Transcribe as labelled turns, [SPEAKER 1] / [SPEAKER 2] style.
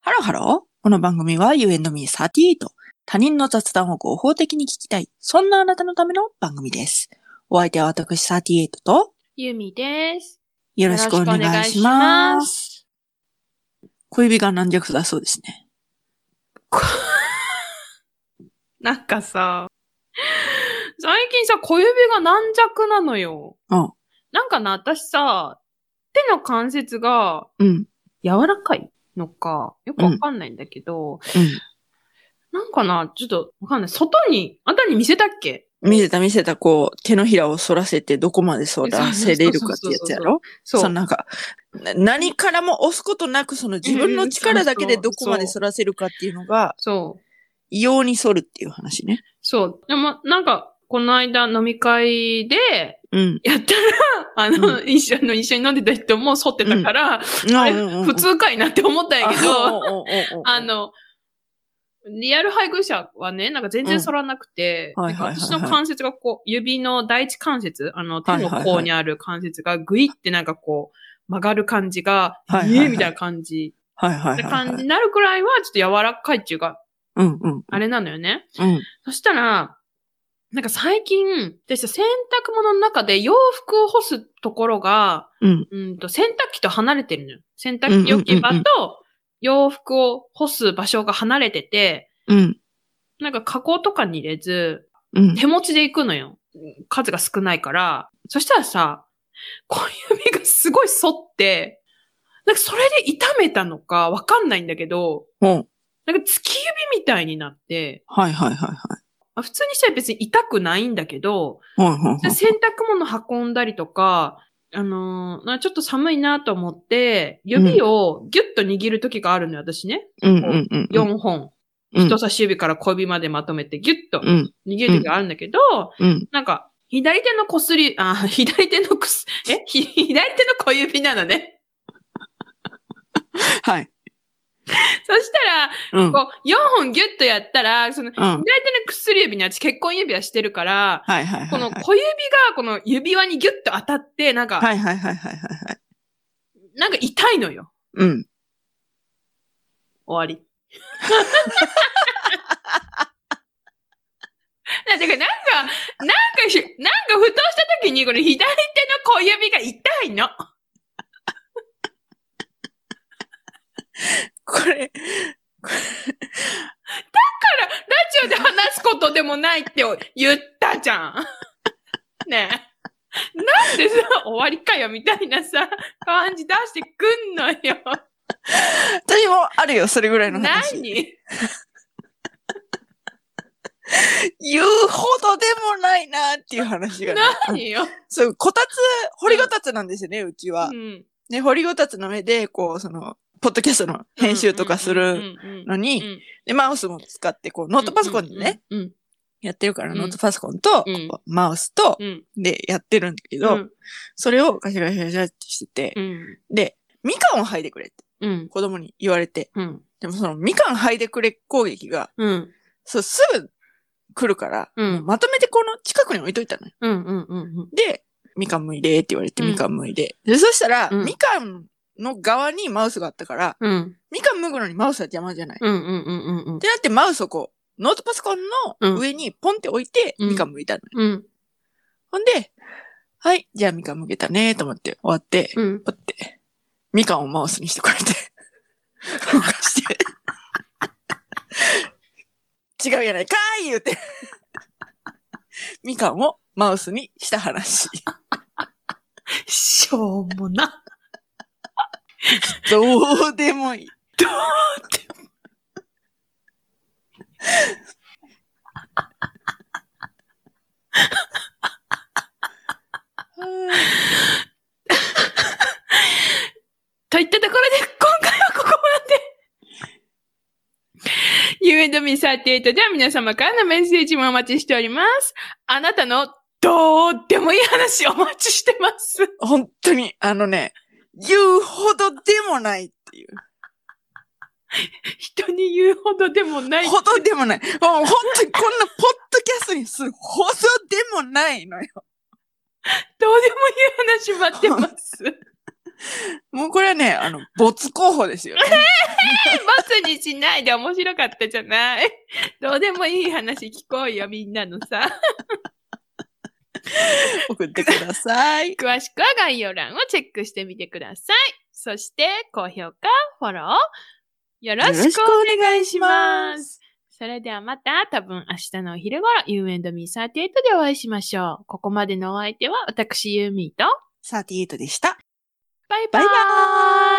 [SPEAKER 1] ハロハローこの番組は You and me38。他人の雑談を合法的に聞きたい。そんなあなたのための番組です。お相手は私38と
[SPEAKER 2] ゆみです。
[SPEAKER 1] よろしくお願いします。小指が軟弱だそうですね。
[SPEAKER 2] なんかさ、最近さ、小指が軟弱なのよ。
[SPEAKER 1] うん
[SPEAKER 2] なんかな、私さ、手の関節が
[SPEAKER 1] うん。
[SPEAKER 2] 柔らかいのか、よくわかんないんだけど、なんかな、ちょっとわかんない。外に、あんたに見せたっけ
[SPEAKER 1] うん。見せた見せた、こう、手のひらを反らせてどこまで反らせれるかってやつやろ
[SPEAKER 2] そ。
[SPEAKER 1] そうのなんか、な何からも押すことなく、その自分の力だけでどこまで反らせるかっていうのが、
[SPEAKER 2] そう。
[SPEAKER 1] 異様に反るっていう話ね。
[SPEAKER 2] そう。でも、なんか、この間飲み会で、
[SPEAKER 1] うん。
[SPEAKER 2] やったら、あの、一緒の、一緒に飲んでた人も反ってたから、あれ、普通かいなって思ったんやけど、
[SPEAKER 1] ど
[SPEAKER 2] あ、の、リアル配偶者はね、なんか全然反らなくて、
[SPEAKER 1] うん
[SPEAKER 2] なんか
[SPEAKER 1] はいはいはいは
[SPEAKER 2] 私
[SPEAKER 1] い
[SPEAKER 2] の関節がこう、指の第一関節、あの、手の
[SPEAKER 1] はいはいは
[SPEAKER 2] 甲
[SPEAKER 1] い
[SPEAKER 2] にある関節がグイってなんかこう、曲がる感じが、
[SPEAKER 1] はいはいはい
[SPEAKER 2] いえみたいな感じ、
[SPEAKER 1] はいはい
[SPEAKER 2] って
[SPEAKER 1] はい
[SPEAKER 2] 感
[SPEAKER 1] は
[SPEAKER 2] じ
[SPEAKER 1] い。
[SPEAKER 2] になるくらいは、ちょっと柔らかいっていうか、
[SPEAKER 1] うんうん。
[SPEAKER 2] あれなのよね。
[SPEAKER 1] うん。
[SPEAKER 2] そしたら、なんか最近、私洗濯物の中で洋服を干すところが、
[SPEAKER 1] うん。
[SPEAKER 2] うんと、洗濯機と離れてるのよ。
[SPEAKER 1] うん
[SPEAKER 2] 洗
[SPEAKER 1] うん
[SPEAKER 2] 濯
[SPEAKER 1] うん
[SPEAKER 2] 機置き場と洋服を干す場所が離れてて、
[SPEAKER 1] うん。
[SPEAKER 2] なんか加工とかに入れず、
[SPEAKER 1] うん。
[SPEAKER 2] 手持ちで行くのよ。数が少ないから。そしたらさ、小指がすごい反って、なんかそれで痛めたのかわかんないんだけど、
[SPEAKER 1] うん。
[SPEAKER 2] なんか突き指みたいになって、
[SPEAKER 1] はいはいはいはい。
[SPEAKER 2] あ普通にしたら別に痛くないんだけど、
[SPEAKER 1] はいはい
[SPEAKER 2] で
[SPEAKER 1] はい。
[SPEAKER 2] 洗濯物運んだりとか、あのーなんかちょっと寒いなと思って、指をギュッと握る時があるのよ、私ね。
[SPEAKER 1] うんうんうん。
[SPEAKER 2] 4本。
[SPEAKER 1] うん
[SPEAKER 2] 人差し指から小指までまとめてギュッと
[SPEAKER 1] うん
[SPEAKER 2] 握る時があるんだけど、
[SPEAKER 1] うん。
[SPEAKER 2] なんか、左手のこすり、あ、 左手のくす、えひ左手の小指なのね。
[SPEAKER 1] はい。
[SPEAKER 2] そした
[SPEAKER 1] うん。
[SPEAKER 2] ら、こう、4本ギュッとやったら、その、
[SPEAKER 1] うん。はい
[SPEAKER 2] 左手の薬指に私結婚指輪してるから、
[SPEAKER 1] はいはい。
[SPEAKER 2] この小指がこの指輪にギュッと当たって、なんか、
[SPEAKER 1] はいはいはいはいはい。
[SPEAKER 2] なんか痛いのよ。
[SPEAKER 1] うん。
[SPEAKER 2] 終わり。な だからなんか、なんかひ、なんかふとした時にこの左手の小指が痛いの。
[SPEAKER 1] これ、
[SPEAKER 2] ラジオで話すことでもないって言ったじゃん。 ねえ。なんでさ、終わりかよみたいなさ、感じ出してくん のよ。
[SPEAKER 1] 私もあるよ、それぐらいの話。
[SPEAKER 2] 何
[SPEAKER 1] 言うほどでもないなっていう話がね。
[SPEAKER 2] 何よ。
[SPEAKER 1] そう、こたつ、掘りごたつなんですよね、うちは
[SPEAKER 2] う。ん
[SPEAKER 1] ね、掘りごたつの上で、こう、その、ポッドキャストの編集とかするのに、で、マウスも使って、こう、ノートパソコンでね、。
[SPEAKER 2] うんうん
[SPEAKER 1] やってるから、
[SPEAKER 2] うん
[SPEAKER 1] ノートパソコンと、
[SPEAKER 2] うん
[SPEAKER 1] こうマウスと、
[SPEAKER 2] うんうん
[SPEAKER 1] で、やってるんだけ
[SPEAKER 2] う
[SPEAKER 1] ど、
[SPEAKER 2] ん
[SPEAKER 1] それをガシャガシャガシャってして
[SPEAKER 2] う
[SPEAKER 1] て、
[SPEAKER 2] ん
[SPEAKER 1] で、みかんを剥いでくれって、
[SPEAKER 2] うん
[SPEAKER 1] 子供に言われて、
[SPEAKER 2] うん
[SPEAKER 1] でもその、みかん剥いでくれ攻撃が、
[SPEAKER 2] うん
[SPEAKER 1] そう、すぐ来るから、
[SPEAKER 2] うん
[SPEAKER 1] もうまとめてこの近くに置いといたのよ。
[SPEAKER 2] うんうんうん
[SPEAKER 1] で、みかんむいでって言われて、
[SPEAKER 2] うん
[SPEAKER 1] みかんむいで。で、そしたら、
[SPEAKER 2] うん
[SPEAKER 1] みかんの側にマウスがあったから、
[SPEAKER 2] うんうん
[SPEAKER 1] みかんむぐのにマウスは邪魔じゃない。
[SPEAKER 2] うんうんうんうんうん
[SPEAKER 1] ってなってマウスをこう、ノートパソコン
[SPEAKER 2] うん
[SPEAKER 1] の上にポンって置いて、
[SPEAKER 2] うん
[SPEAKER 1] みかん剥いたのよ。
[SPEAKER 2] うん
[SPEAKER 1] ほんで、はい、じゃあみかん剥けたねと思って終わって、
[SPEAKER 2] うん
[SPEAKER 1] パって、みかんをマウスにしてこうやって、動かして。違うやないかーい言うて。みかんをマウスにした話。
[SPEAKER 2] しょうもな。
[SPEAKER 1] どうでもいい。どう でもいい。
[SPEAKER 2] といったところで、今回はここまで。ゆえどみ38では皆様からのメッセージもお待ちしております。あなたのどうでもいい話お待ちしてます。
[SPEAKER 1] 本当に、あのね、言うほどでもないっていう。
[SPEAKER 2] 人に言うほどでもない。
[SPEAKER 1] ほどでもない。もう本当にこんなポッドキャストにするほどでもないのよ。
[SPEAKER 2] どうでもいい話待ってます。
[SPEAKER 1] もうこれはね、あの、没候補ですよね。
[SPEAKER 2] バツにしないで面白かったじゃない。どうでもいい話聞こうよ、みんなのさ。
[SPEAKER 1] 送ってください。
[SPEAKER 2] 詳しくは概要欄をチェックしてみてください。そして、高評価、フォロー、よろ
[SPEAKER 1] よろ
[SPEAKER 2] し
[SPEAKER 1] し
[SPEAKER 2] く
[SPEAKER 1] くお
[SPEAKER 2] お
[SPEAKER 1] 願いし
[SPEAKER 2] 願いしま
[SPEAKER 1] ますす。。
[SPEAKER 2] それではまた、多分明日のお昼頃、You and Me38 でお会いしましょう。ここまでのお相手は、私、ユーミーと、
[SPEAKER 1] 38でした。
[SPEAKER 2] バイ
[SPEAKER 1] バ
[SPEAKER 2] バー
[SPEAKER 1] イ
[SPEAKER 2] イ
[SPEAKER 1] バーイ